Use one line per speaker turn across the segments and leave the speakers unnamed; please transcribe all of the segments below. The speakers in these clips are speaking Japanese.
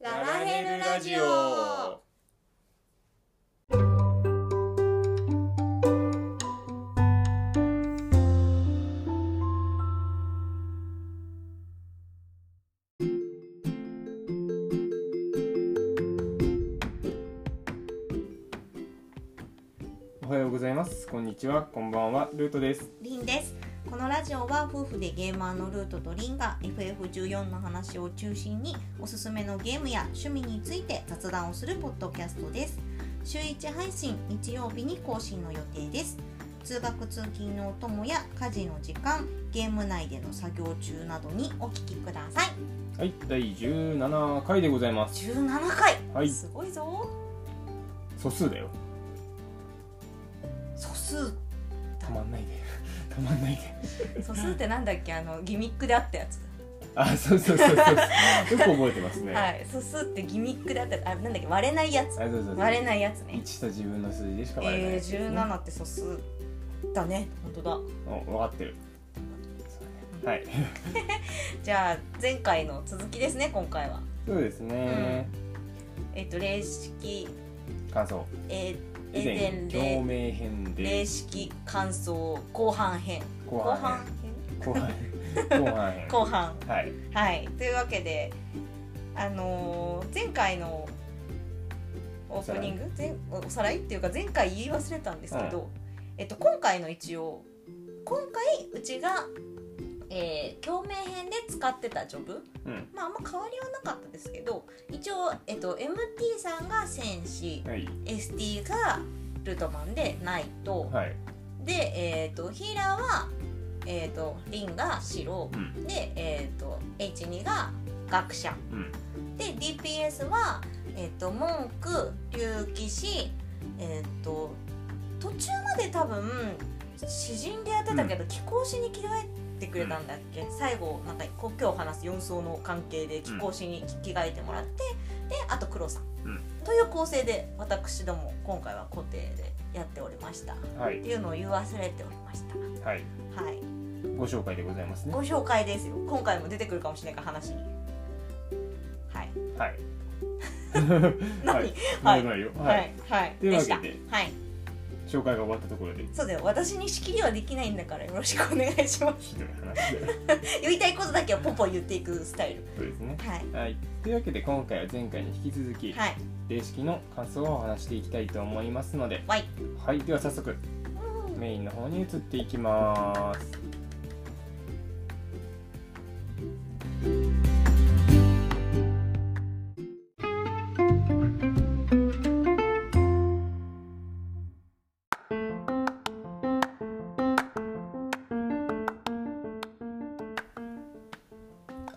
ネルラジオ
おはようございますこんにちはこんばんはルートです
リンですこのラジオは夫婦でゲーマーのルートとリンが FF14 の話を中心におすすめのゲームや趣味について雑談をするポッドキャストです週1配信日曜日に更新の予定です通学通勤のお供や家事の時間ゲーム内での作業中などにお聞きください
はい第17回でございます
17回、
はい
すごいぞ
素数だよ
素数
たまんないで たまんないで
素数ってなんだっけあのギミックであったやつ
あそうそ うそうそうよく覚えてますね、
はい、素数ってギミックだったあなんだっけ割れないやつ
あそうそうそう
割れないやつね
1と自分の数字でしか割れない
え
や
ー、
つですね、
17って素数だね本当だ
お分かってるそうだねはい
じゃあ前回の続きですね今回は
そうですね、
えっ、と例式
感想
えー、
以前
え
共
で
鳴編で
例式感想後半編
後半編後半編後半編
編 後半
はい
はいというわけであのー前回のオープニング前おさらいっていうか前回言い忘れたんですけど、えっと、今回の一応今回うちが、えー共鳴編で使ってたジョブ
うん
まああんま変わりはなかったですけど一応、えっと、MT さんが戦士
はい
ST がルートマンでナイト、
はい
で、えっとヒーラーは、えっとリンが白
うん
で、えっと H2 が学者
うん
で DPS は、えっと文句竜騎士、えっと途中まで多分詩人でやってたけど、貴公子に着替えてくれたんだっけ、最後なんかこう今日話す4層の関係で貴公子に着替えてもらって、であと黒さん、
うん
という構成で私ども今回は固定でやっておりましたっ
はい
ていうのを言い忘れておりました
はい
はい
ご紹介でございますね
ご紹介ですよ今回も出てくるかもしれないから話にはい
はい
何
はい
は
はいいないよは
はいい、はい、
というわけ
した
で
はい、
紹介が終わったところで
そうだよ、私に仕切りはできないんだから、よろしくお願いしま
ひどい話で
す。 言いたいことだけをポンポン言っていくスタイル。
そうですね
はい、
はいというわけで今回は前回に引き続き
はい、
例式の感想をお話していきたいと思いますので
わい。
はいでは早速メインの方に移っていきます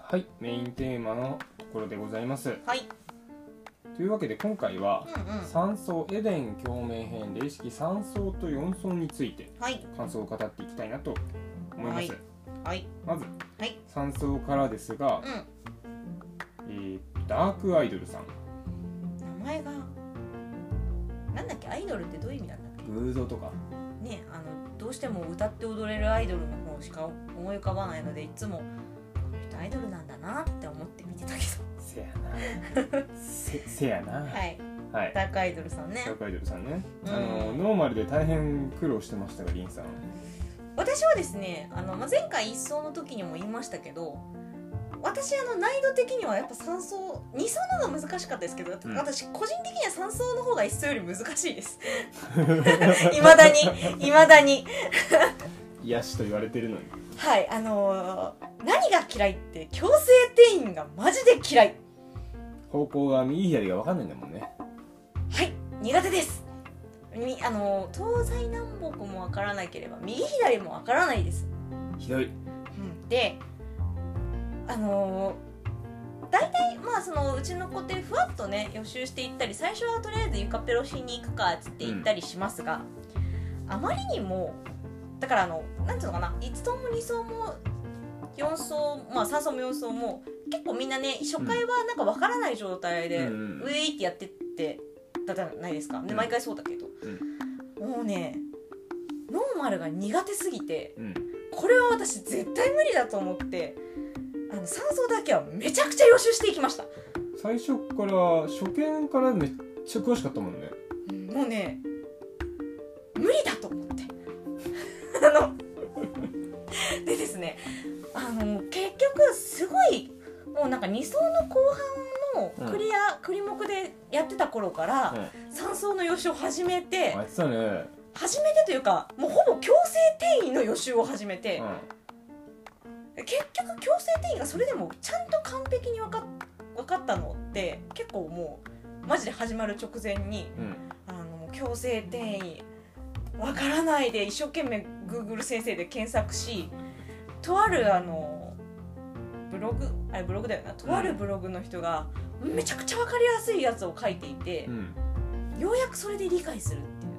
はいメインテーマのところでございます
はい、
というわけで今回は
うんうん、
三層エデン共鳴編霊式三層と四層について
はい、
感想を語っていきたいなと思います、
はいはい、
まず
はい、
三層からですが
う、ん、
えーダークアイドルさん
名前が。なんだっけ、アイドルってどういう意味なんだっ
偶像とか
け。ね、あの、どうしても歌って踊れるアイドルの方しか思い浮かばないので、いつも。この人アイドルなんだなって思って見てたけ
せや なせせやな
ど。
は
はい、
い、
ダークアイドルさんね
ダ。ークアイドルさんね、
うん
あのノーマルで大変苦労してましたがリンさん
私はですねあの、まあ、前回一層の時にも言いましたけど私あの難易度的にはやっぱ3層2層の方が難しかったですけど、
ん
私個人的には3層の方が1層より難しいです いまだにいまだに
癒しと言われてるのに
はいあのー何が嫌いって強制定員がマジで嫌い
方向が右左が分かんないんだもんね
はい苦手ですみあのー東西南北もわからなければ右左もわからないです
ひどい
であのー大体まあそのうちの子ってふわっとね予習していったり最初はとりあえず床ペロしに行くかっつって行ったりしますが、あまりにもだからあのなんていうのかな1層も2層も4層、まあ、3層も4層も結構みんなね初回はなんかわからない状態で、
うんうん
ウェイってやってってだったじゃないですかで
うん
毎回そうだけど、もうねノーマルが苦手すぎて。
うん
これは私絶対無理だと思ってあの3層だけはめちゃくちゃ予習していきました
3最初から初見からめっちゃ詳しかったもんね
うんもうね無理だと思って あのでですねあの結局すごいもうなんか2層の後半のクリア、クリモクでやってた頃から、三層の予習を始めて、
あいつだね、
初めてというかもうほぼ強制転移の予習を始めて、結局強制転移がそれでもちゃんと完璧に分かっ分かったのって結構もうマジで始まる直前に
うんうん
あの強制転移わからないで一生懸命 Google 先生で検索しとあるあのブログあれブログだよなとあるブログの人がめちゃくちゃわかりやすいやつを書いていて
う、ん
ようやくそれで理解するっていう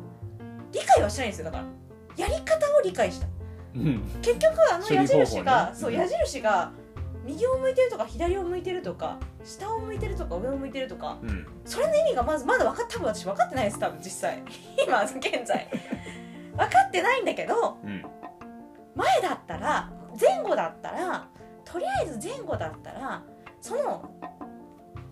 理解はしないんですよだからやり方を理解した
うん
結局あの矢印が、
処理方法ね
そう
うん
矢印が右を向いてるとか左を向いてるとか下を向いてるとか上を向いてるとか
うん
それの意味がまずまだ分かっ多分私分かってないです多分実際 今現在分かってないんだけど
うん
前だったら前後だったらとりあえず前後だったらその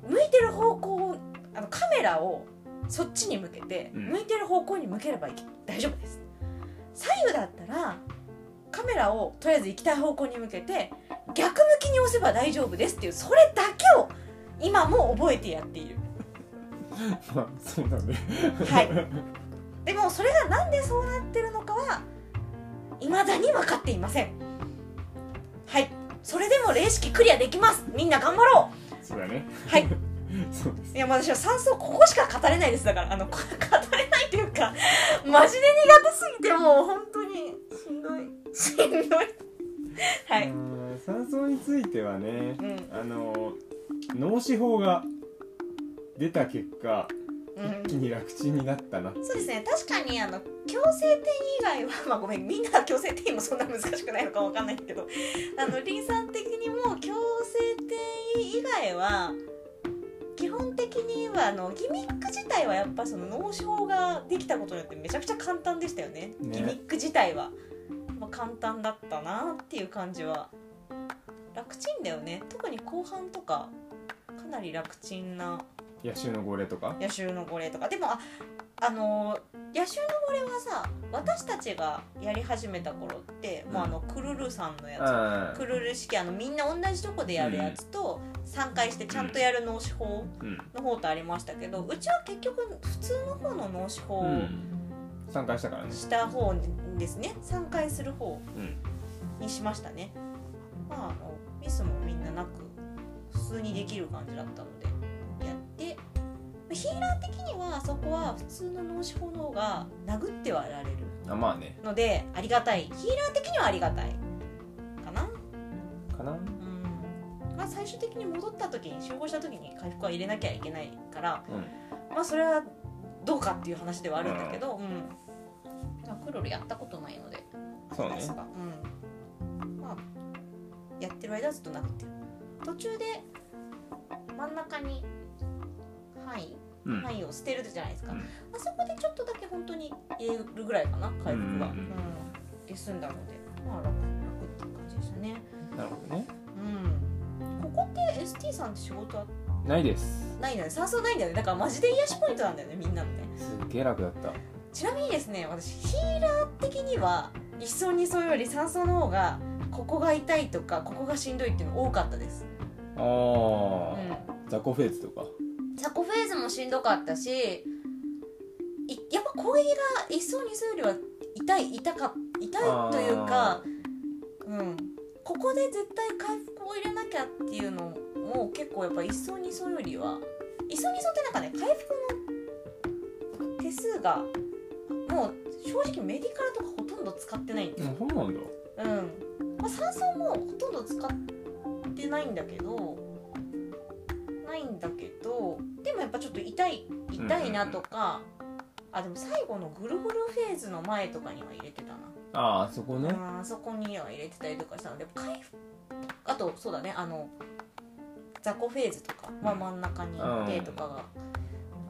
向いてる方向をあのカメラをそっちに向けて、
うん
向いてる方向に向ければいい大丈夫です左右だったらカメラをとりあえず行きたい方向に向けて逆向きに押せば大丈夫ですっていうそれだけを今も覚えてやっている
まあそうだね
はいでもそれがなんでそうなってるのかは未だに分かっていませんはいそれでも霊式クリアできますみんな頑張ろ
そうだね
うはい
そうです
いやまあ私は算数ここしか語れないですだからあのこ 語れないというかマジで苦手すぎてもう本当にしんどいしんどいは
う
い
ーん山荘についてはね
うん
あの脳死法が出た結果
うん
一気に楽ちんになったな
そうですね確かにあの強制点以外はまあ ごめんみんな強制点もそんな難しくないのかわかんないけどあの林さん的にも強制点以外は基本的にはあのギミック自体はやっぱその脳症ができたことによってめちゃくちゃ簡単でしたよね
ね
ギミック自体は、まあ、簡単だったなっていう感じは楽ちんだよね特に後半とかかなり楽ちんな
野手の号令とか
野襲の号令とかでもああのー野襲の号令はさ私たちがやり始めた頃って、もうあのクルルさんのや
あ
つクルル式あのみんな同じとこでやるやつと、3回してちゃんとやる脳死法
うん
の方とありましたけどうちは結局普通の方の脳死法を
うん参加したからね
した方ですね3回する方
うん
にしましたねまああのミスもみんななく普通にできる感じだったのでやってヒーラー的にはそこは普通の脳死法の方が殴ってはられる
あまあね
のでありがたいヒーラー的にはありがたいかな
かな
うんまあ最終的に戻った時に集合した時に回復は入れなきゃいけないから
うん
まあそれはどうかっていう話ではあるんだけどうん、まあクロルやったことないので
そうね
ですがうんまあやってる間はずっと殴ってる途中で真ん中に範囲
うん
範囲を捨てるじゃないですか、
うん
あそこでちょっとだけ本当に入れるぐらいかな回復が、
うんうんうん
で済んだのでまあ楽楽っていう感じでしたね
なるほどね
うんここって ST さんって仕事は
ないです
ないんだよね酸素ないんだよねだからマジで癒しポイントなんだよねみんなのね
すっげえ楽だった
ちなみにですね私ヒーラー的には一層二層より三層の方がここが痛いとかここがしんどいっていうの多かったです、
あ
う
ー、
ん、
雑魚フェイズとか
ザコフェーズもしんどかったしいやっぱ攻撃が一層二層よりは痛い痛か痛いというか
あ、
うん、ここで絶対回復を入れなきゃっていうのも結構やっぱ一層二層よりは一層二層ってなんかね回復の手数がもう正直メディカルとかほとんど使ってないんですよ
うんそうなんだ
うん、まあ、酸素もほとんど使ってないんだけどないんだけどでもやっぱちょっと痛い痛いなとか、あでも最後のぐるぐるフェーズの前とかには入れてたな、
ああそこね
あーそこには入れてたりとかしたので回復あとそうだねあの雑魚フェーズとかは真ん中に行ってとかが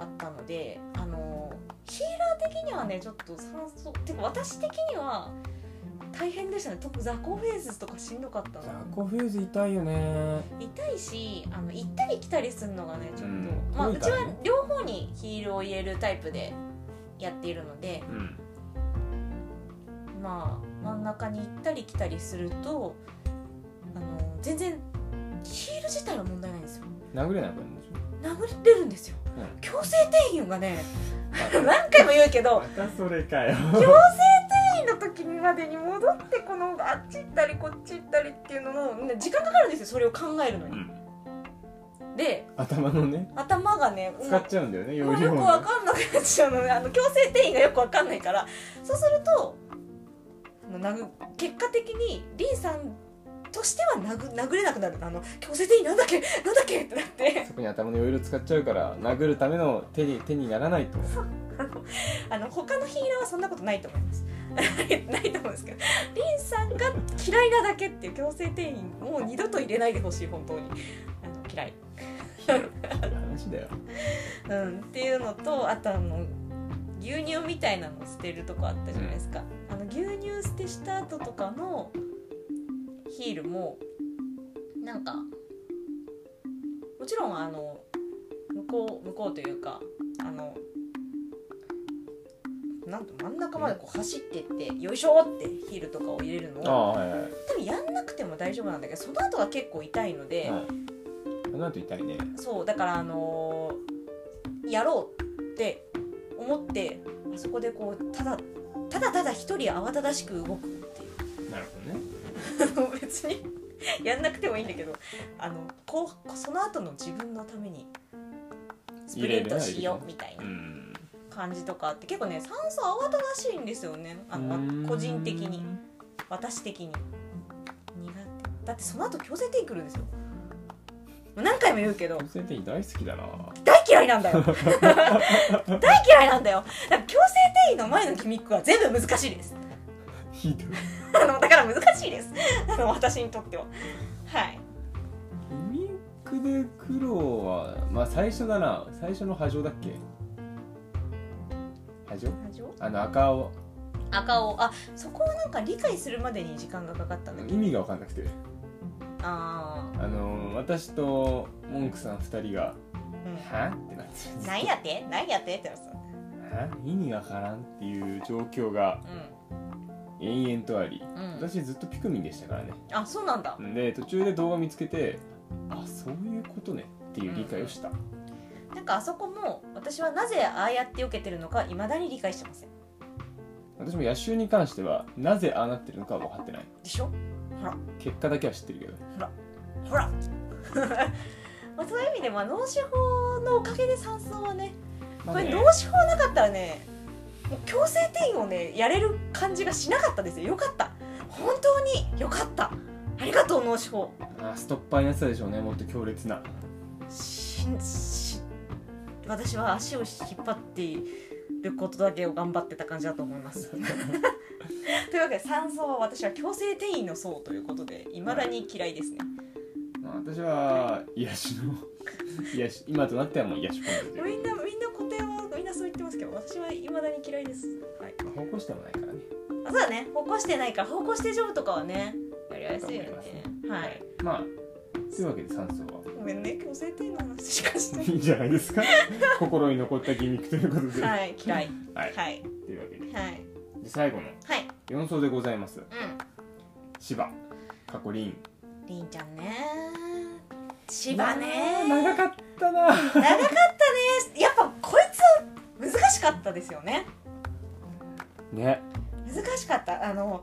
あったので、あのヒーラー的にはねちょっと酸素てか私的には大変でしたね特に雑魚フェーズとかしんどかった
ザ
な
コフェーズ痛いよね
痛いしあの行ったり来たりするのがねちょっと、
うん
まあ、
遠
うち
いからね
は両方にヒールを入れるタイプでやっているので
うん
まあ真ん中に行ったり来たりするとあの全然ヒール自体は問題ないんですよ
殴れなくなるんでし
殴れるんですよ、
うん
強制転用がね
ょ
何回も言うけど
またそれかよ
強制転院の時にまでに戻ってこのあっち行ったりこっち行ったりっていうののね時間かかるんですよそれを考えるの
う
に、
ん
で
頭のね
頭がね
使っちゃうんだよね
も
容
う
量
よく
が
わかんなくなっちゃうのねあの強制転移がよくわかんないからそうするとあの殴結果的にリンさんとしては殴殴れなくなるあの強制転移なんだっけなんだっけってなって
そこに頭の余裕使っちゃうから殴るための手に手にならないと
あの他のヒーラーはそんなことないと思います ないと思うんですけどリンさんが嫌いなだけっていう強制転移もう二度と入れないでほしい本当にあの嫌い
話だよ
うん、っていうのとあとあの牛乳みたいなのを捨てるとこあったじゃないですか、あの牛乳捨てした後とかのヒールもなんかもちろんあの向こう向こうというかあのなんと真ん中までこう走ってってよいしょってヒールとかを入れるの
あ
を
あはいはいは
多分やんなくても大丈夫なんだけどその後が結構痛いので、
いあの後痛いね
そうだからあのーやろうって思ってあそこでこうただただただ一人慌ただしく動くっていう
なるほどね
あの別にやんなくてもいいんだけどあのこうその後の自分のためにスプリントしようみたいな
うん
感じとかあって結構ね酸素慌ただしいんですよねあ
うーん
の個人的に私的に苦手だってその後強制転移くるんですよもう何回も言うけど
女性的に大好きだな
大嫌いなんだよ大嫌いなんだよだから強制転移の前のギミックは全部難しいです
ひどい
あのだから難しいですあの私にとってははい
ギミックで苦労はまあ最初だな最初の波状だっけ波状あの赤を
赤をあそこはなんか理解するまでに時間がかかったんだけ
意
ど
味が分かんなくて
あ
あのー私とモンクさん2人が
あ
「はってな
う
ってるんで
ん
す
何やって何やってってやつう
は意味が分からんっていう状況が延々とあり
んうん
私ずっとピクミンでしたからね
あそうなんだ
で途中で動画見つけてあそういうことねっていう理解をした、
なんかあそこも私はなぜああやって避けてるのかいまだに理解してません
私も野球に関してはなぜああなってるのかは分かってない
でしょほら
結果だけは知ってるけど
ほら まあそういう意味で、まあ、脳死法のおかげで酸素はねこれ脳死法なかったらねもう強制転移をねやれる感じがしなかったですよよかった本当によかったありがとう脳死法
あストッパーになってたでしょうねもっと強烈な
しし私は足を引っ張っていることだけを頑張ってた感じだと思います というわけで酸素は私は強制転移の層ということでいまだに嫌いですね
まあ私は癒しの癒し今となってはもう癒しポイント
み
で
んなみんな固定はみんなそう言ってますけど私はいまだに嫌いですはい
方向してもないからね
あそうだね方向してないから方向して丈夫とかはねやりやすいよね
わかり
はい
まあというわけで酸素は
ごめんね強制転移の話しかしてない
いんじゃな いですか心に残ったギミックということ
い
で、
はい嫌い
はい
はい
というわけで
はい
で最後の
はい
4層でございます
う
芝過去リン
んりんちゃんね千葉ね
まあ長かったな
長かったねやっぱこいつは難しかったですよね
ね
難しかったあの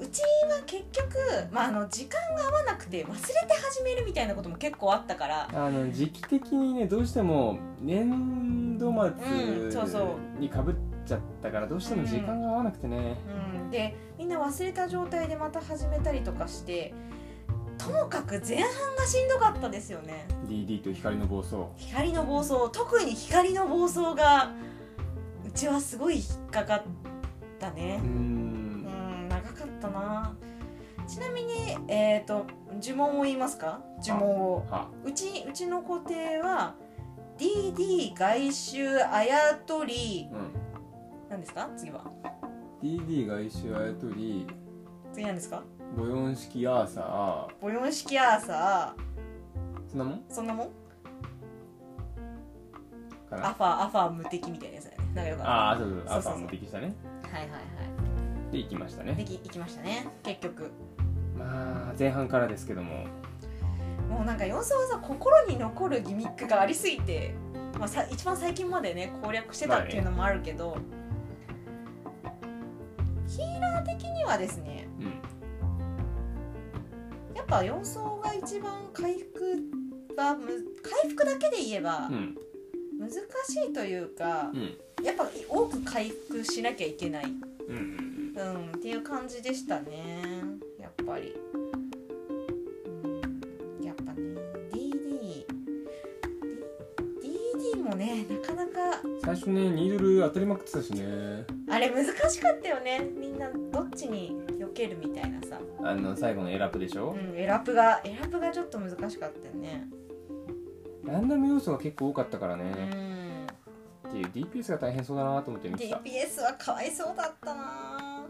うちは結局、まあ、あの時間が合わなくて忘れて始めるみたいなことも結構あったから
あの時期的にねどうしても年度
うんそう
末
そ
にかぶっちゃったからどうしても時間が合わなくてね、
うん、でみんな忘れた状態でまた始めたりとかしてともかく前半がしんどかったですよね
DD と光の暴走
光の暴走特に光の暴走がうちはすごい引っかかったね
うーん
うん長かったなちなみにえっ、と呪文を言いますか呪文を
あ
うちうちの固定は DD 外周あやとり
うん
なんですか次は
DD 外周あやとり
次なんですか
ボヨン式アーサ
ボヨン式アーサ
ーそんなもん
ーそんなもんア
かな
ファアファ無敵みたいなやつだよねなんかよく
あ
わ
あーそうそう
そうそう
アー
そう
サーもできしたね
かんないはいはい
で行きました
はいで
ね
き行きましたね結局
まあ前半からですけども
もうなんか四層はさ心に残るギミックがありすぎて、まあ、さ一番最近までね攻略してたっていうのもあるけど、ヒーラー的にはですね
うん
やっぱ四層が一番回復はむ回復だけで言えば
うん
難しいというか
う、ん
やっぱ多く回復しなきゃいけない、
うんうん
うん、っていう感じでしたねやっぱり、うん、やっぱね DDDD もねなかなか
最初ねニードル当たりまくってたしね
あれ難しかったよねみんなどっちに避けるみたいなさ、
あの最後のエラップでし
う
ょ、
ん、エラップがエラップがちょっと難しかったよね
ランダム要素が結構多かったから
う
ね、
ん
っていう DPS が大変そうだなと思って見てた
DPS はかわいそうだったな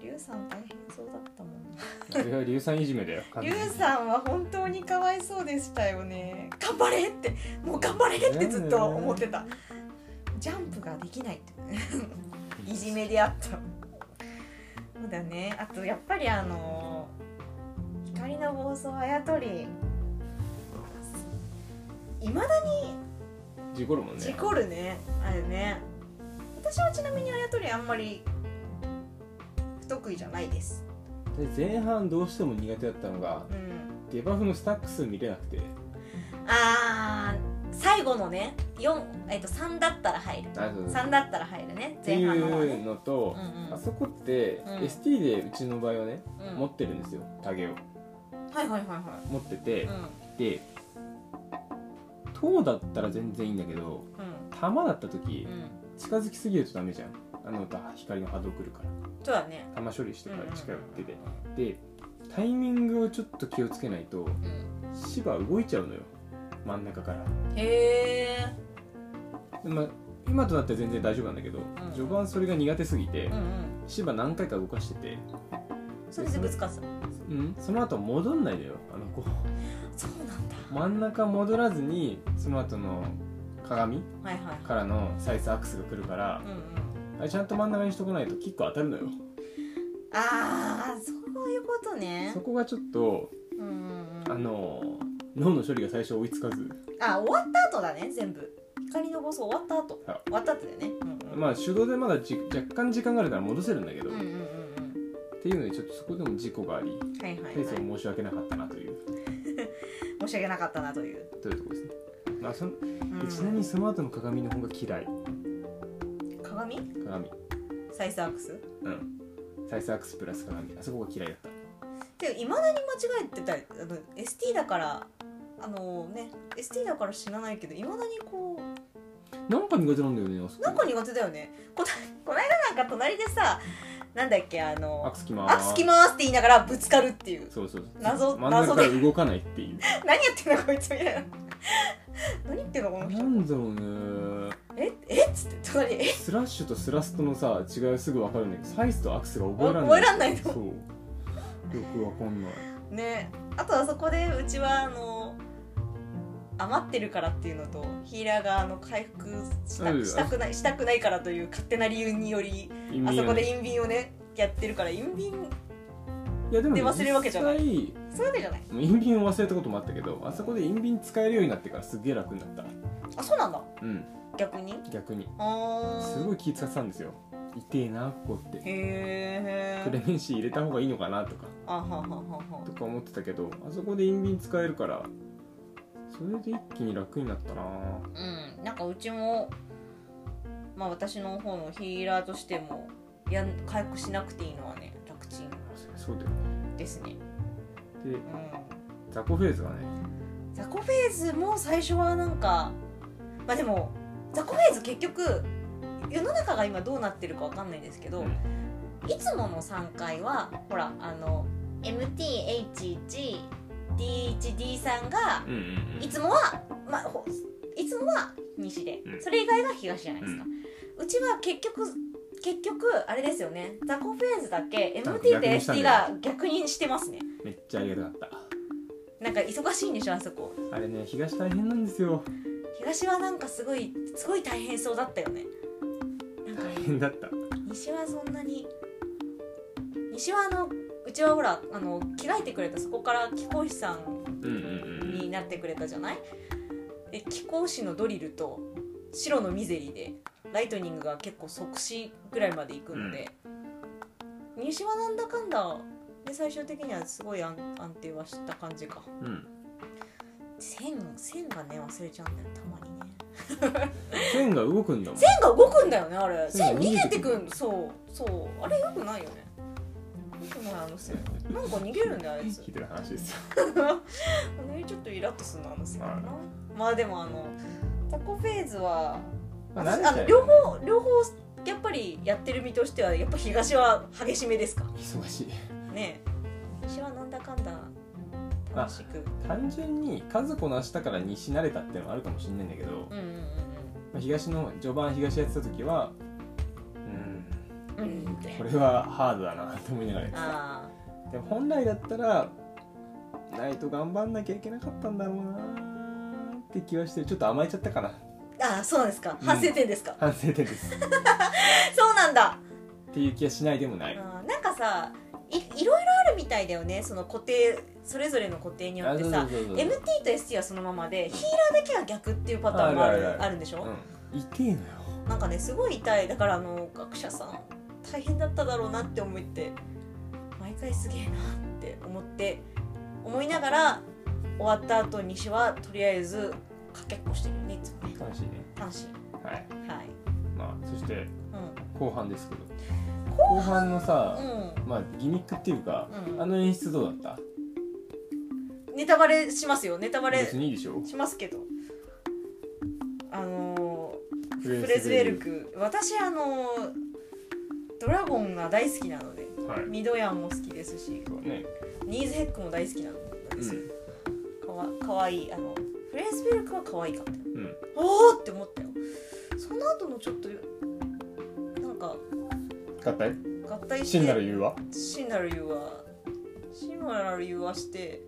リュウさん大変そうだったもんな
それは硫酸いじめだよ完
リ
全に
ュウさんは本当にかわいそうでしたよね頑張れってもう頑張れってずっと思ってたジャンプができないっていじめであったそうだねあとやっぱりあの光の暴走あやとりいまだに
事故るもんね
事故るねあれね私はちなみにあやとりあんまり不得意じゃないです
で前半どうしても苦手だったのが
うん
デバフのスタック数見れなくて
あー最後のね4、えっと3だったら入る
あそうそう
3だったら入るね
って
前半の方
いう
ね
のと、
うんうん
あそこって、
うん
ST でうちの場合はね、
うん
持ってるんですよタゲを
はいはいはいは
持ってて、
いうん
で塔だったら全然いいんだけど
うん
弾だった時
うん
近づきすぎるとダメじゃんあの歌光の波動来るから
そうだね
弾処理してか
うんうん
ら
うん
近寄っててでタイミングをちょっと気をつけないと
うん
芝動いちゃうのよ真ん中から
へえ
でまあ今となっては全然大丈夫なんだけど、
ん
序盤それが苦手すぎて、
うんうん
芝何回か動かしてて、
それでぶつかった
うん、その後戻んないのよあのこう
そうなんだ
真ん中戻らずにその後の鏡
はいはい
からのサイズアクセが来るから
うんうん
あれちゃんと真ん中にしとかないとキック当たるのよ
ああそういうことね
そこがちょっと
うんうんうん
あの脳の処理が最初追いつかず
あ終わった後だね全部光の暴走終わった後
はい
終わった後だよねうんうん
まあ手動でまだじ若干時間があるなら戻せるんだけど、
うんう
っ
んうん
ていうのでちょっとそこでも事故があり
うんはいはい
フェイ
は
ス
い
を申し訳なかったなという
申し訳なかったなという、
というところですね、まあ、そので
うん
ちなみにその後の鏡の方が嫌い
鏡
鏡
サイズアックスっ
うんサイズアクスプラス鏡あそこが嫌いだった
ていまだに間違えてたあの ST だからあのね ST だから死なないけどいまだにこう
なんか苦手なんだよねあそこ
なんか苦手だよねこたこないだなんか隣でさなんだっけあ
ア
の
クスき
「
まー
あつ
す
きます」って言いながらぶつかるっていう
そうそう
謎
真ん中
謎
か
で
ら動かないっていう
何やってんだこいつみたいな何言ってんだこの
な
人
んだろうね
ええっつって隣にえ
スラッシュとスラストのさ違いはすぐ分かるんだけどサイズとアクスが覚えらんない
覚えらんない
そう
の
よく分かんない
ねあとはそこでうちはあの余ってるからっていうのとヒーラーがあの回復した
うん
したくないしたくないからという勝手な理由により
意
あ
味
そ
が
こ
ない
でインビンをねやってるからインビン
いやでもね
で忘れるわけじゃない
実際
そういうわけじゃない
もうインビンを忘れたこともあったけどあそこでインビン使えるようになってからすげえ楽になっ
あそうなんだ
たうん
逆に
逆に
あ
す
ー
ごい気使ってたんですよ痛えなここって
へ
クレ
え
メンシー入れた方がいいのかなとか
あはははは
とか思ってたけどあそこでインビン使えるからそれで一気に楽になったな
うんなんかうちもまあ私の方のヒーラーとしてもやん回復しなくていいのはね楽ちん
そうだよね
ですね
で
うん
ザコフェーズがね
ザコフェーズも最初はなんかまあでもザコフェーズ結局世の中が今どうなってるかわかんないですけど、
うん
いつもの3回はほらあの MTHGD1D3 が
うんうん
いつもは、まあ、ほいつもは西で
うん
それ以外が東じゃないですか、うちは結局結局あれですよねザコフェーズだけ
なんか
MT と
逆にしたん
ST
だよ
が逆にしてますね
めっちゃありがたかっ
なんか忙しいんでしょあそこ
たあれね東大変なんですよ
東はなんかすごいすごい大変そうだったよねなんか
大変だった
西はそんなに西はあのうちはほらあの着替えてくれたそこから貴公子さん
うんうんうん
になってくれたじゃないで貴公子のドリルと白のミゼリーでライトニングが結構即死ぐらいまでいくので、西はなんだかんだで最終的にはすごい安安定はした感じか
うん
線線がね忘れちゃうんだよたまにね
線が動くんだもん
線が動くんだよねあれ
線
線
が
逃
逃
げ
げ
て
て
く
く
んそうそうあれよくないよねよくないあの 線なんか逃げるんだよあいつ
聞いてる話ですよ
あれちょっとイラッとするのあの線かな、
はい
まあでもあのタコフェーズは
まあ
私
慣れち
あ
ゃえばね
の両方両方やっぱりやってる身としてはやっぱ東は激しめですか
忙しい
ねえ西はなんだかんだ楽しく
単純に数こなしたから西慣れたってのもあるかもしれないんだけど、
うんうん
まあ、東の序盤東やってた時はうん
うんうんうんって
これはハードだなと思いながらやって
ああ
たでも本来だったらないと頑張んなきゃいけなかったんだろうなーって気はしてるちょっと甘えちゃったかな
ああそうなんですか反省点ですか、
反省点で すっ
そうなんだ
ていう気はしないでもない
あーなんかさいいろいろあるみたいだよねその固定それぞれの固定によってさ
そうそう
MT と ST はそのままでヒーラーだけは逆っていうパターンもあるあ
あるあるあ
る
る
んでしょ、
うん、痛えのよ
なんかねすごい痛いだからあの学者さん大変だっただろうなって思って毎回すげえなって思って思いながら終わった後西はとりあえずかけっこしてるよねいつもね
楽しいね
楽しい
はい
はい
まあそして
う
後半ですけど後半のさ、
ん、
まあギミックっていうか、
うん
あの演出どうだった
うん、ネタバレしますよネタバレ
別にいいでしょ
しますけどあの
フ
ーフレズベルク私あのードラゴンが大好きなので
はい
ミドヤンも好きですし
ね
ニーズヘックも大好きなの
う
ですよ、
ん
かわかわいいあのフレズベルクは可愛かったよ
うん
おおって思ったよその後のちょっとなんか
合体
合体して
死んだら言うわ
シンナルユはシンナルユはして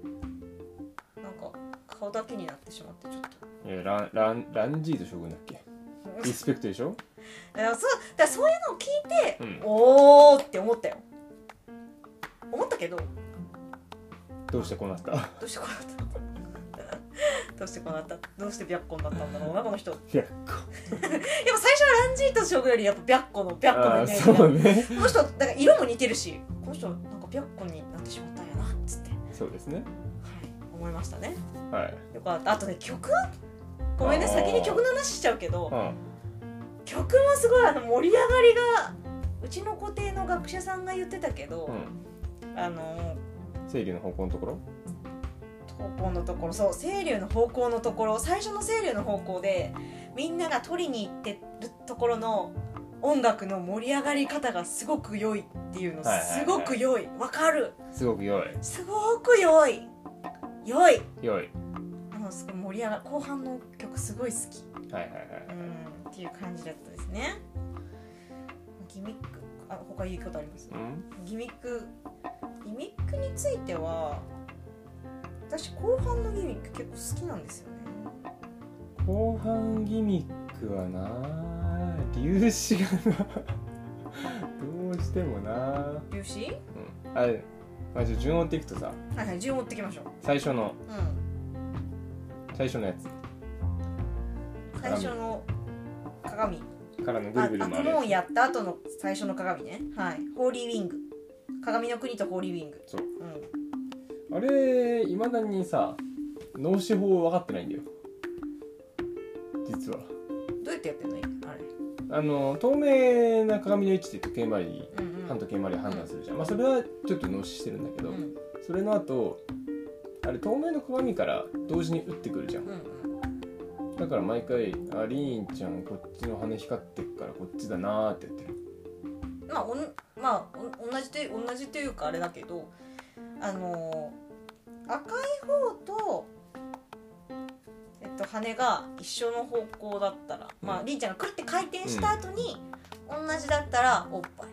なんか顔だけになってしまってちょっと
えーランランランジード将軍だっけリスペクトでしょ
だからそうだからそういうのを聞いて、
うん
おーって思ったよ思ったけどど
どうしてこう なった
うしてこうなったどうしてこうなったどうして白虎になったんだろうなこの人やっぱ
いやこ
最初はランジート将軍よりやっぱ白虎の白虎の
あ
イメ
あ
ージが
そうね
この人なんか色も似てるしこの人なんか白虎になってしまったんやなっつって、はい、
そうですね
思いましたね
はい、
よかったあとね曲ごめんね
あー
先に曲の話しちゃうけど
う
曲もすごいあの盛り上がりがうちの固定の学者さんが言ってたけど、
んうん、
あの
正義の方向のところ
方向のところそう清流の方向のところ最初の清流の方向でみんなが取りに行ってるところの音楽の盛り上がり方がすごく良いっていうの
はいはいはい
すごく良いわかる
すごく良い
すごく良い良い
良い
あのすごい盛り上が後半の曲すごい好き
はいはいはい
うんっていう感じだったですねギミックあ他言いことあります
うん
ギミックギミックについては私後半のギミック結構好きなんですよね
後半ギミックはな粒子が などうしてもな
粒子
うんあれまあじゃあ順を追っていくとさ
はいはい順を追っていきましょう
最初の
うん
最初のやつ
最初の鏡
からのぐるぐ
あ
る
悪
回る
夢
や
をやった後の最初の鏡ねはいホーリーウィング鏡の国とホーリーウィング、
そうんつあれいまだにさ脳死法分かってないんだよ実は
どうやってやってんのあれ
あの透明な鏡の位置で時計回り
うんうん
半時計回り判断するじゃん、まあ、それはちょっと脳死してるんだけ
う
ど、
んうん
それの後あれ透明の鏡から同時に打ってくるじゃん
うん
だから毎回「ありーんちゃんこっちの羽光ってっからこっちだな」ってやってる
まあおんまあおん同じという同じというかあれだけどあのー赤い方とえっと羽が一緒の方向だったら、まあ
うん
りんちゃんがくるって回転した後に同じだったらおっぱい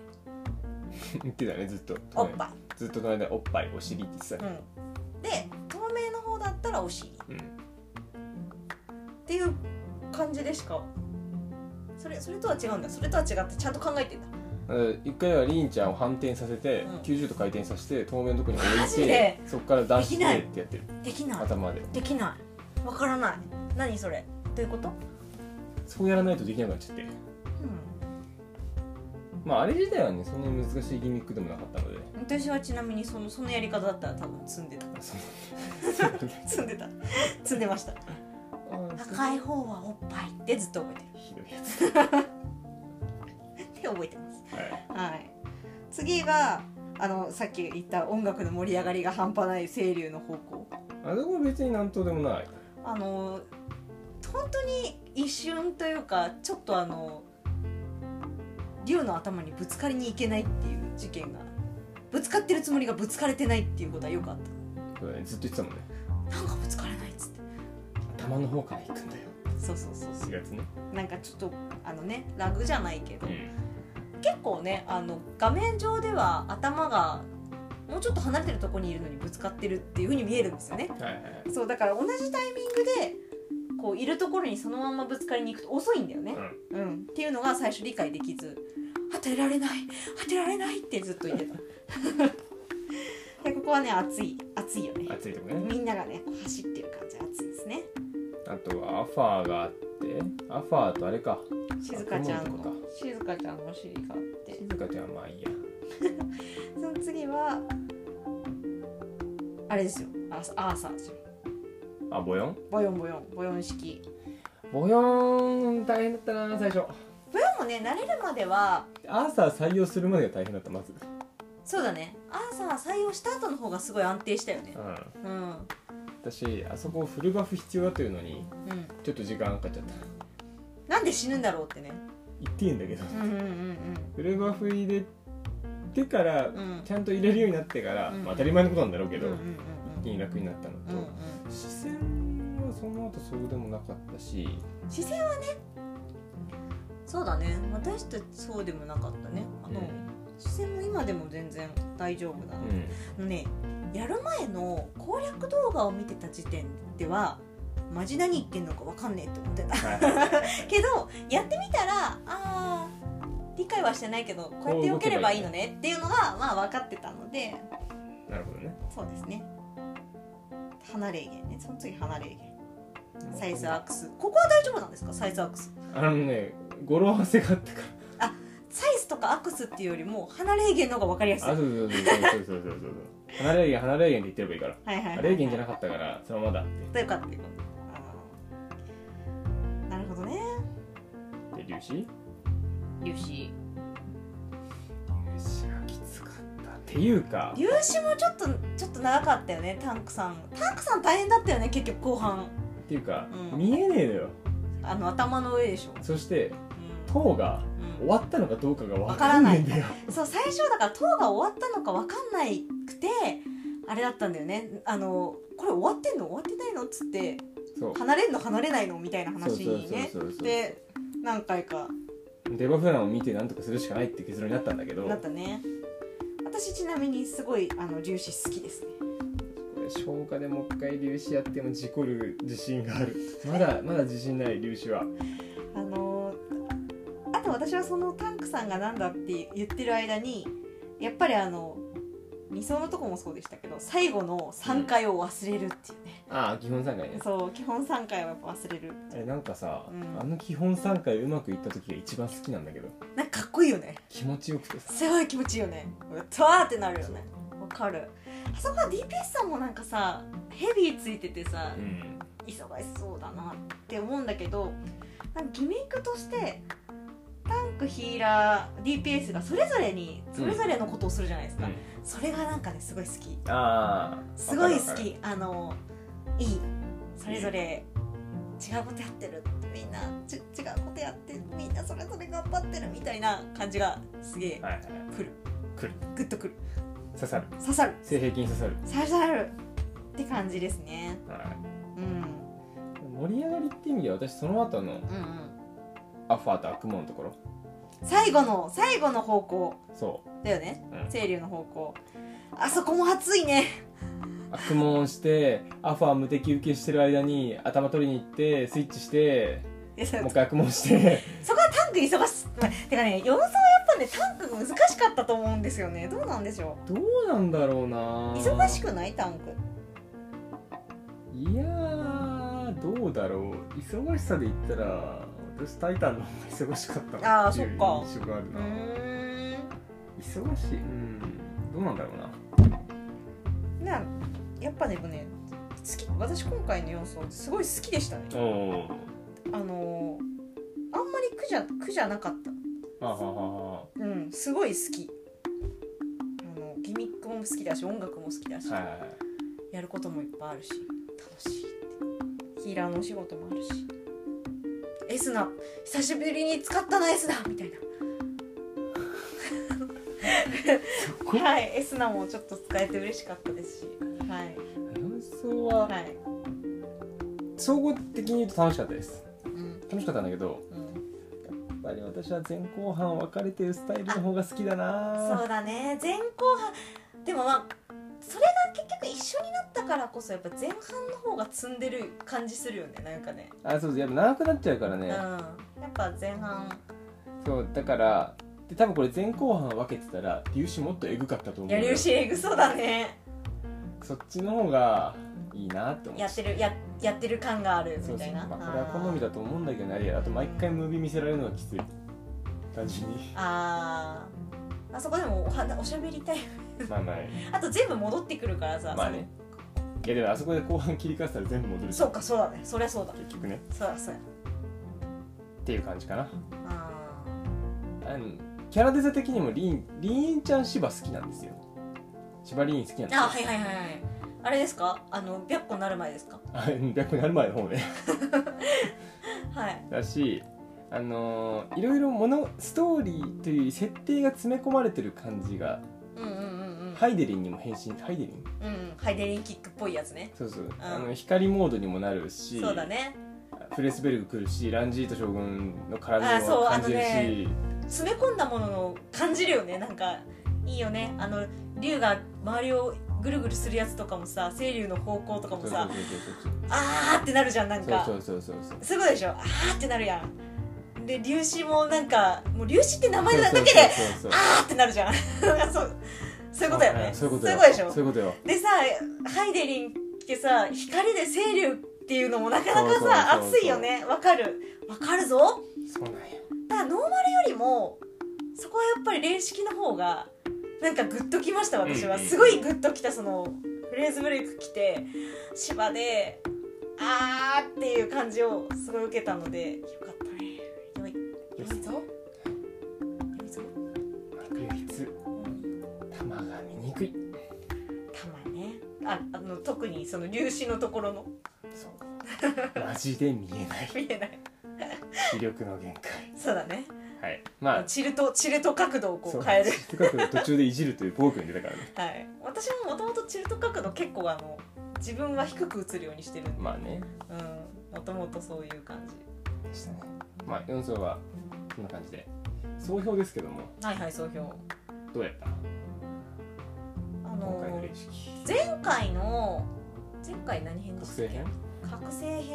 言ってたねずっと
おっぱい、
ずっと隣でおっぱいお尻って言ってたね
うん、で透明の方だったらお尻っ
うん
ていう感じでしかそれそれとは違うんだそれとは違ってちゃんと考えてんだ
うん一回はりんちゃんを反転させて、
うん
90度回転させて透明のとこに
マ
置い
ジ
て
で
そこから出し
できな
て
い
ってやってる
できない
頭で
できないわからない何それどういうこと
そうやらないとできなくなっちゃって
うん
まああれ自体はねそんなに難しいギミックでもなかったので
私はちなみにそのそのやり方だったら多分積んでた
そ
積んでた 積んでました
の
赤い方はおっぱいってずっと覚えて
ひどいやつ
るって覚えてます
はい
はい次があのさっき言った音楽の盛り上がりが半端ない清流の方向
あそこは別になんとでもない
あの本当に一瞬というかちょっとあの竜の頭にぶつかりに行けないっていう事件がぶつかってるつもりがぶつかれてないっていうことはよくあっ
そうだねずっと言ってたもんね
たなんかぶつかれないっつって
頭の方から行くんだよ
そうそうそうそ
4月ね
うなんかちょっとあのねラグじゃないけど、
うん
結構ねあの画面上では頭がもうちょっと離れてるとこにいるのにぶつかってるっていう風に見えるんですよね
はいはいはい
そうだから同じタイミングでこういるところにそのままぶつかりに行くと遅いんだよね、うん、っていうのが最初理解できず当てられない当てられないってずっと言ってた でここはね熱い熱いよね
うん暑いとこね
みんながねこう走ってる感じ熱いですね
あとはアファーがあってアファーとあれか
静香ちゃん
あそう
の
なんだ
静香ちゃんのお尻があって
静香ちゃんはまあいいや
その次はあれですよアーサアーサーですよ
あボヨン
ボヨンボヨンボヨン式
ボヨン大変だったな最初
ボヨンもね慣れるまでは
アーサー採用するまでが大変だったまず
そうだねアーサー採用した後の方がすごい安定したよね
うん
うんうん
私あそこをフルバフ必要だというのにちょっと時間かかっちゃった
なんで死ぬんだろうってね
言っていいんだけど
うんうんうん
フルバフ入れてから
うんうん
ちゃんと入れるようになってから、
うん
まあ、当たり前のことなんだろうけど、
うんうんうんうん
いい楽になったの
うんう
と、視線はその後そうでもなかったし
ん、視線はねそうだね私たちそうでもなかったねあの、視線も今でも全然大丈夫だな、
うんうん
あのねやる前の攻略動画を見てた時点ではマジ何言ってんのか分かんねえって思ってた
はいはい
けどやってみたらあー理解はしてないけどこうやってよければいいのねっていうのがまあ分かってたので
なるほどね
そうですね離れ芸ねその次離れ芸サイズアックスここは大丈夫なんですかサイズアックス
あのね語呂合わせがあったか
サイズとかアクスっていうよりも離れ芸の方が分かりやすい
らあ
はい
そうそうそうそうそうそうそうそう離れ源離れ源って言ってればいいから
はいはい
あれ源じゃなかったからそのままだっ
どういうかっていうことあーなるほどね
てで粒子粒
粒子
子がきつかったっていうか
粒子もちょっとちょっと長かったよねタンクさんタンクさん大変だったよね結局後半
っていうか、
うん
見えねえのよ
あの頭の上でしょ、
そして
う
塔が
ん
終わったのかどうかが分かんないんだよ
うん、そう最初だから塔が終わったのか分かんないくてあれだったんだよねあのこれ終わってんの終わってないのっつって
そう
離れんの離れないのみたいな
そう
話
そう
にね
そうそう
で何回か
デバフランを見てなんとかするしかないって結論になったんだけど
なったね私ちなみにすごいあの粒子好きですね
これ消化でもう一回粒子やっても事故る自信があ るまだまだ自信ない粒子は
あのあと私はそのタンクさんがなんだって言ってる間にやっぱりあの理想のとこもそうでしたけど最後の3回を忘れるっていうね、
ああ基本3回ね
そう基本3回はやっぱ忘れる
えなんかさ、
うん
あの基本3回うまくいった時が一番好きなんだけど
なんかかっこいいよね
気持ちよくてさ
すごい気持ちいいよねうっとわーってなるよねわかるあそこは DPS さんもなんかさヘビーついててさ、
うん
忙しそうだなって思うんだけどなんかギミックとしてタンクヒーラー DPS がそれぞれにそれぞれのことをするじゃないですか、それがなんかねすごい好き
ああ
すごい好きあのいいそれぞれ違うことやってるみんなち違うことやってみんなそれぞれ頑張ってるみたいな感じがすげえ
はいはい
くる
くる
グッとくる
刺さる
刺さる
性癖に刺さる、
刺さるって感じですね
は
うん
い、盛り上がりって意味では私その後の
うんうん
アファーと悪夢のところ
最後の最後の方向
そ
だよね
うん
清流の方向あそこも暑いね
う悪問してアファ無敵受けしてる間に頭取りに行ってスイッチして
いやそ
もう一回悪問して
そこはタンク忙しいまあてかね様子はやっぱねタンクが難しかったと思うんですよねどうなんでしょ
どうなんだろうな
う忙しくないタンク
いやーどうだろう忙しさで言ったら私「タイタン」の方が忙しかったなっていう
あー
印象がある
う
な
ーん
忙しいうんどうなんだろうな
なやっぱでもね好き私今回の要素すごい好きでしたね
おお
あのーあんまり苦じゃ苦じゃなかった
あははは
うんすごい好きあのギミックも好きだし音楽も好きだし、
は
やることもいっぱいあるし楽しいってヒーラーのお仕事もあるしエスナ久しぶりに使ったなエスナみたいなはいエスナもちょっと使えて嬉しかったですしはい
い感想は、
はい、
総合的に言うと楽しかったです
うん
楽しかったんだけど
うん、
やっぱり私は前後半分かれてるスタイルの方が好きだな
そうだね前後半でもまあそれが結局一緒になったからこそやっぱ前半の方が積んでる感じするよねなんかね
あそうそうやっぱ長くなっちゃうから
う
ね
ん、やっぱ前半
そうだからで多分これ前後半分けてたら粒子もっとエグかったと思う
やりうしえぐそうだね
そっちの方がいいなって思
やってるややってる感がある
そう
みた
そう
いな
まあこれは好みだと思うんだけどねあれやあと毎回ムービー見せられるのがきつい単純 に
あーあそこでもお花おしゃべりタイム
まあまあい
あと全部戻ってくるからさ、
まあねやでもあそこで後半切り替えたら全部戻るし
そうかそうだねそりゃそうだ
結局ね
そうだそうだ
っていう感じかな
あ
あのキャラデザ的にもリンリーンちゃん芝好きなんですよ芝リーン好きなん
ー
ですよ
あはいはいはいはいあれですかあの白子になる前ですか
あうん逆になる前の方ね
はい
だしあのーいろいろものストーリーという設定が詰め込まれてる感じが
うんうんうんうん
ハイデリンにも変身ハイデリン
うんうんハイデリンキックっぽいやつね
そうそう、あの光モードにもなるし
そうだね
フレスベルグ来るしランジート将軍の体
あそう
も感じるし、
あの詰め込んだものの感じるよねなんかいいよねあの竜が周りをぐるぐるするやつとかもさ清流の方向とか
そ
も
う
さ
そ
あーってなるじゃんなんか
うそうそうそうそうそうそう
すごいでしょあーってなるやんで粒子もなんかもう粒子って名前だけで
そうそうそうそう
あーってなるじゃん そうそういうことだよね
そういうこと
そういうことでし
よ
ょ
そういうことよ
でさハイデリンってさ光で清流っていうのもなかなか
そうそう
さ
そうそう
熱いよねわかるわかるぞ
そうなんや
ただノーマルよりもそこはやっぱり霊式の方がなんかグッときました私は、
うんうん
すごいグッときたそのフレーズブレイク来て芝であーっていう感じをすごい受けたのでよかったねよいよいぞよいぞ
唯一玉が見にくい
たまねああの特にその粒子のところの
そうマジで見えない
見えない
視力の限界
そうだね
はいまあ
チルトチルト角度をこ
そう
う変える
視覚を途中でいじるという暴君出たからね
はい私ももともとチルト角度結構あの自分は低く映るようにしてるんで
まあね
うん、もともとそういう感じ。
でしたねまあ4層はこんな感じで総評ですけども
はいはい、総評。
どうやった
あ
今
の
回
ー
の練、式
前回の、前回何編で
特
したっ
性
け
編
覚醒編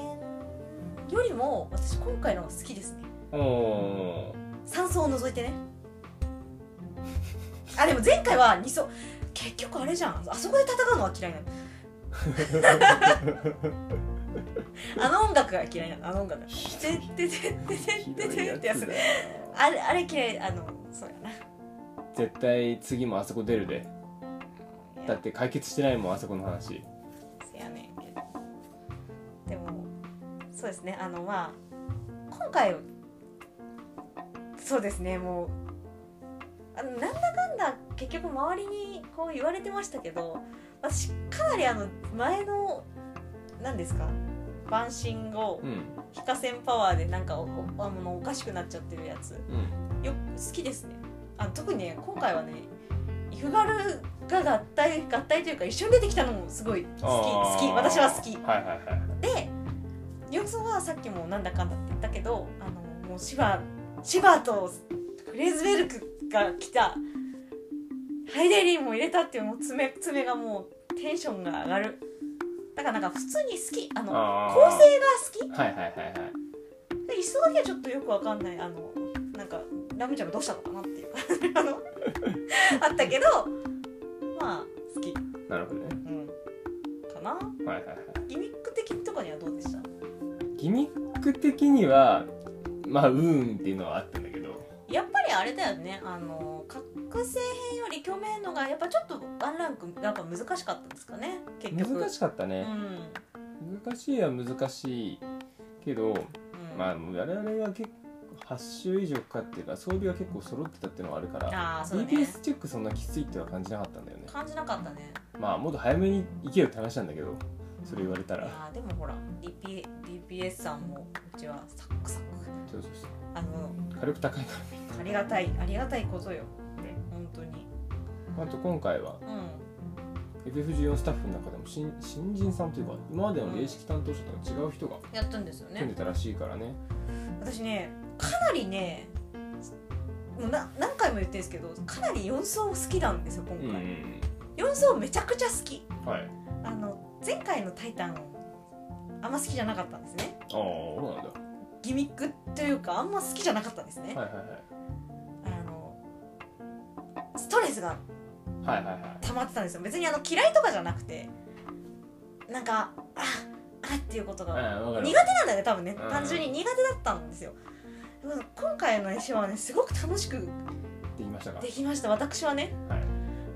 よりも、私今回の方が好きですね。
おお
三層を除いて ね。あ、でも前回は二層。結局あれじゃん。あそこで戦うのは嫌 いなの。あの音楽が嫌いなの。あの音楽が。てっててって
ひ
て
ど
って
い
て
や
っ
つ
て
だ
やつ。あれ、あれ嫌い。あの、そうやな。
絶対次もあそこ出るで
い
だ
や
って解決してないもんあそこの話
せやねんけどでもそうですねあのまあ今回そうですねもうあのなんだかんだ結局周りにこう言われてましたけど私かなりあの前の何ですか晩神後
うん
非化線パワーでなんかおおあのおかしくなっちゃってるやつ
うん
よ好きですねあの特にね今回はねイフガルが合体合体というか一緒に出てきたのもすごい好き好き私は好き
はいはいはい
で要素はさっきもなんだかんだって言ったけどあのもうシバシバとフレーズベルクが来たハイデリンも入れたっていうもう爪爪がもうテンションが上がるだからなんか普通に好きあの
あー
構成が好き
はいはいはいはい
で一層だけはちょっとよくわかんないあのなんかラムちゃんがどうしたのかなっていう感じあのあったけどまあ好きう
なるほどね
んかな
はいはいはい
ギミック的とかにはどうでした
ギミック的にはまあうーんっていうのはあったんだけど
やっぱりあれだよねあの覚醒編より共鳴のがやっぱちょっとワンランクやっぱ難しかったんですかね結局
難しかった
う
ね、
ん
難しいは難しいけど
うん
まあ我々は結構8種以上かっていうか装備が結構揃ってたっていうのはあるから
ああーそうだね
DPS チェックそんなきついっては感じなかったんだよね
感じなかったね
まあもっと早めに行けよって話なんだけどそれ言われた
い
ら
やーでもほら DP DPS さんもうちはサックサック
そうそうそう
あの
火力高いか
ありがたいありがたいことよ本当に
らあと今回は
うん
FF14 スタッフの中でも新新人さんというか今までの霊式担当者とは違う人が
やったんですよ
組ん
ね
でたらしいからね
私ねかなりねもうな何回も言ってるんですけどかなり4層好きなんですよ今
うんう
回、
ん
4層めちゃくちゃ好き
うんはい
あの前回の「タイタン」あんま好きじゃなかったんですね
ああそうなんだ
ギミックというかあんま好きじゃなかったんですね、
はいはいはい
あのストレスが
はいはいはい
溜まってたんですよ別にあの嫌いとかじゃなくてなんかああっていうことが
うんわ
苦
か
手
る
なんだよね多分ね
うん
単純に苦手だったんですよでも今回の石はねすごく楽しく
できましたか
できました私はね
はい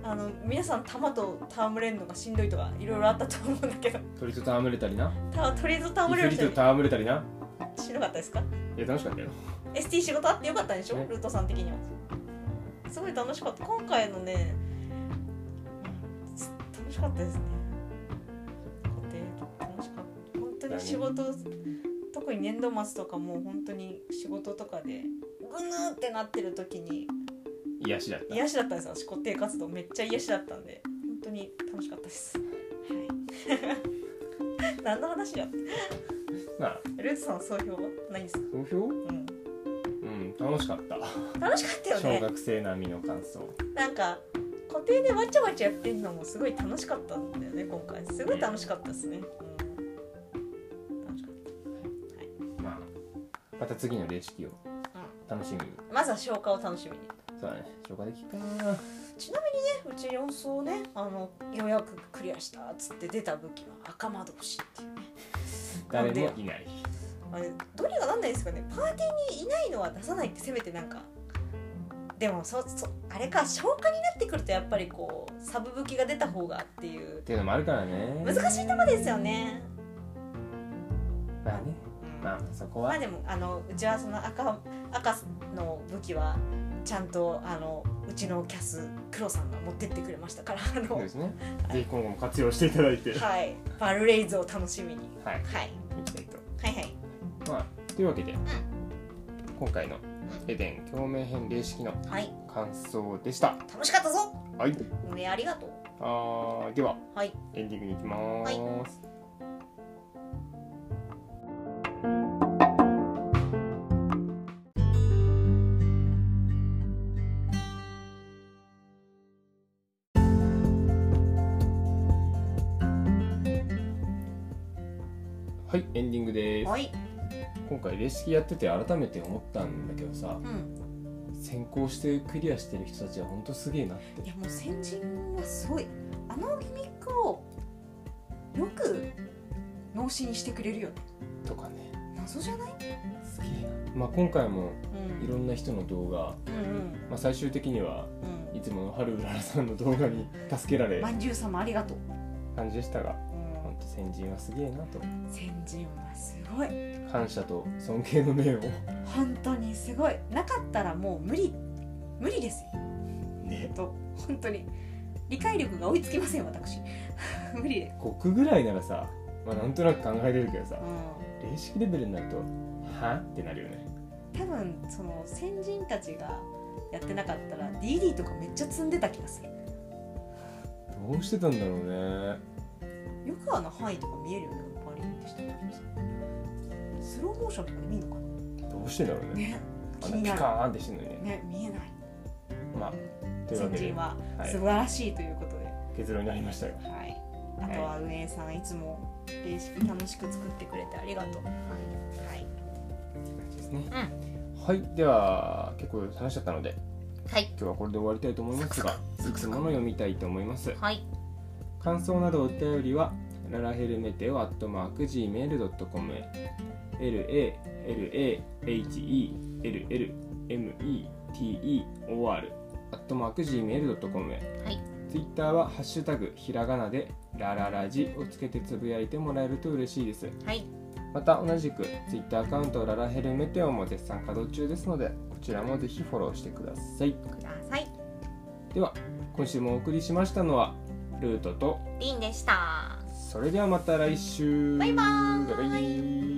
あの皆さん玉と戯れるのがしんどいとかいろいろあったと思うんだけど
鳥と戯れたりな
たとりあえず戯れる
イ
人
フリと戯れたりな
しんどかったですか
いや楽しかったよ
ST 仕事あってよかったんでしょ
ね
ルートさん的にはすごい楽しかった今回のねす楽しかったですね家庭楽しかった本当に仕事特に年度末とかもう本当に仕事とかでぐぬーってなってる時に
癒しだった
癒しだったんですよ私固定活動めっちゃ癒しだったんで本当に楽しかったですはい 何の話や
なあ
ルートさんは総評はないんですか、
投票
うん、
うん楽しかった
楽しかったよね
小学生並みの感想
なんか固定でわちゃわちゃやってるのもすごい楽しかったんだよね今回すごい楽しかったですね、うん、楽しかっ
まあまた次のレシピを楽しみに
たまずは消化を楽しみに
そうだね消化できっかな
うち4層ねあのようやくクリアしたっつって出た武器は赤魔導士っていうね
誰
なんで
も
よ
いない
あれどれがなんないですかねパーティーにいないのは出さないってせめてなんかでもそそあれか消化になってくるとやっぱりこうサブ武器が出た方がっていう
っていうのもあるからね
難しいとこですよね、
まあね
うん
まあそこ
ま
は
あでもあのうちはその赤赤の武器はちゃんとあのうちのキャス黒さんが持ってってくれましたからあ
そう
の
ですね
い
ぜひ今後も活用していただいては
はいバルレイズを楽しみに、
い
はい、
いきたいと
はいはい
まあというわけで今回のエデン共鳴編霊式の
はい
感想でした
楽しかったぞ
はい
運営ありがとう
あーでは
はい
エンディングに行きます、
は
はいエンディングです
はい
今回レシキやってて改めて思ったんだけどさ
うん
先行してクリアしてる人たちは本当すげえなって
いやもう先人はすごいあのギミックをよく脳死にしてくれるよね
とかね
謎じゃない
すげえな、まあ、今回も
う
い
ん
ろんな人の動画、
うんうん
まあ、最終的には
うん
いつもの春うららさんの動画に助けられ
まんじゅう様ありがとう、
感じでしたが
うん
本当先人はすげえなと
先人はすごい
感謝と尊敬の念を
本当にすごいなかったらもう無理無理ですよ
ね
と本当に理解力が追いつきません私 無理で
5ぐらいならさ、まあ、なんとなく考えれるけどさ
う
霊式レベルになるとはってなるよね
ん多分その先人たちがやってなかったら DD とかめっちゃ積んでた気がする
どうしてたんだろうね
よくあの範囲とか見えるよねパリンでしたスローモーションとかで見るのかな
どうしてんだろうね
ね
あん
気に
な
な
ピ
る
カーンってしてるのにね
ね見えない
まあという
先
わけで
人は
はい
素晴らしいということで、はい
結論になりましたよ
あとは運営さんいつもレシピ楽しく作ってくれてありがとう、はい
ですね、はいでは結構話しちゃったので
はい
今日はこれで終わりたいと思いますがいくつもの読みたいと思います
はい
感想などお便りはララヘルメテオアットマーク Gmail.com LALAHELLMETEOR アットマーク Gmail.com へ
はい
ツイッターはハッシュタグひらがなでラララジをつけてつぶやいてもらえると嬉しいです
はい
また同じくツイッターアカウントララヘルメテオも絶賛稼働中ですのでこちらもぜひフォローしてください
ください
では今週もお送りしましたのはルートと
りんでした
それではまた来週
バイバーイ
バイバイ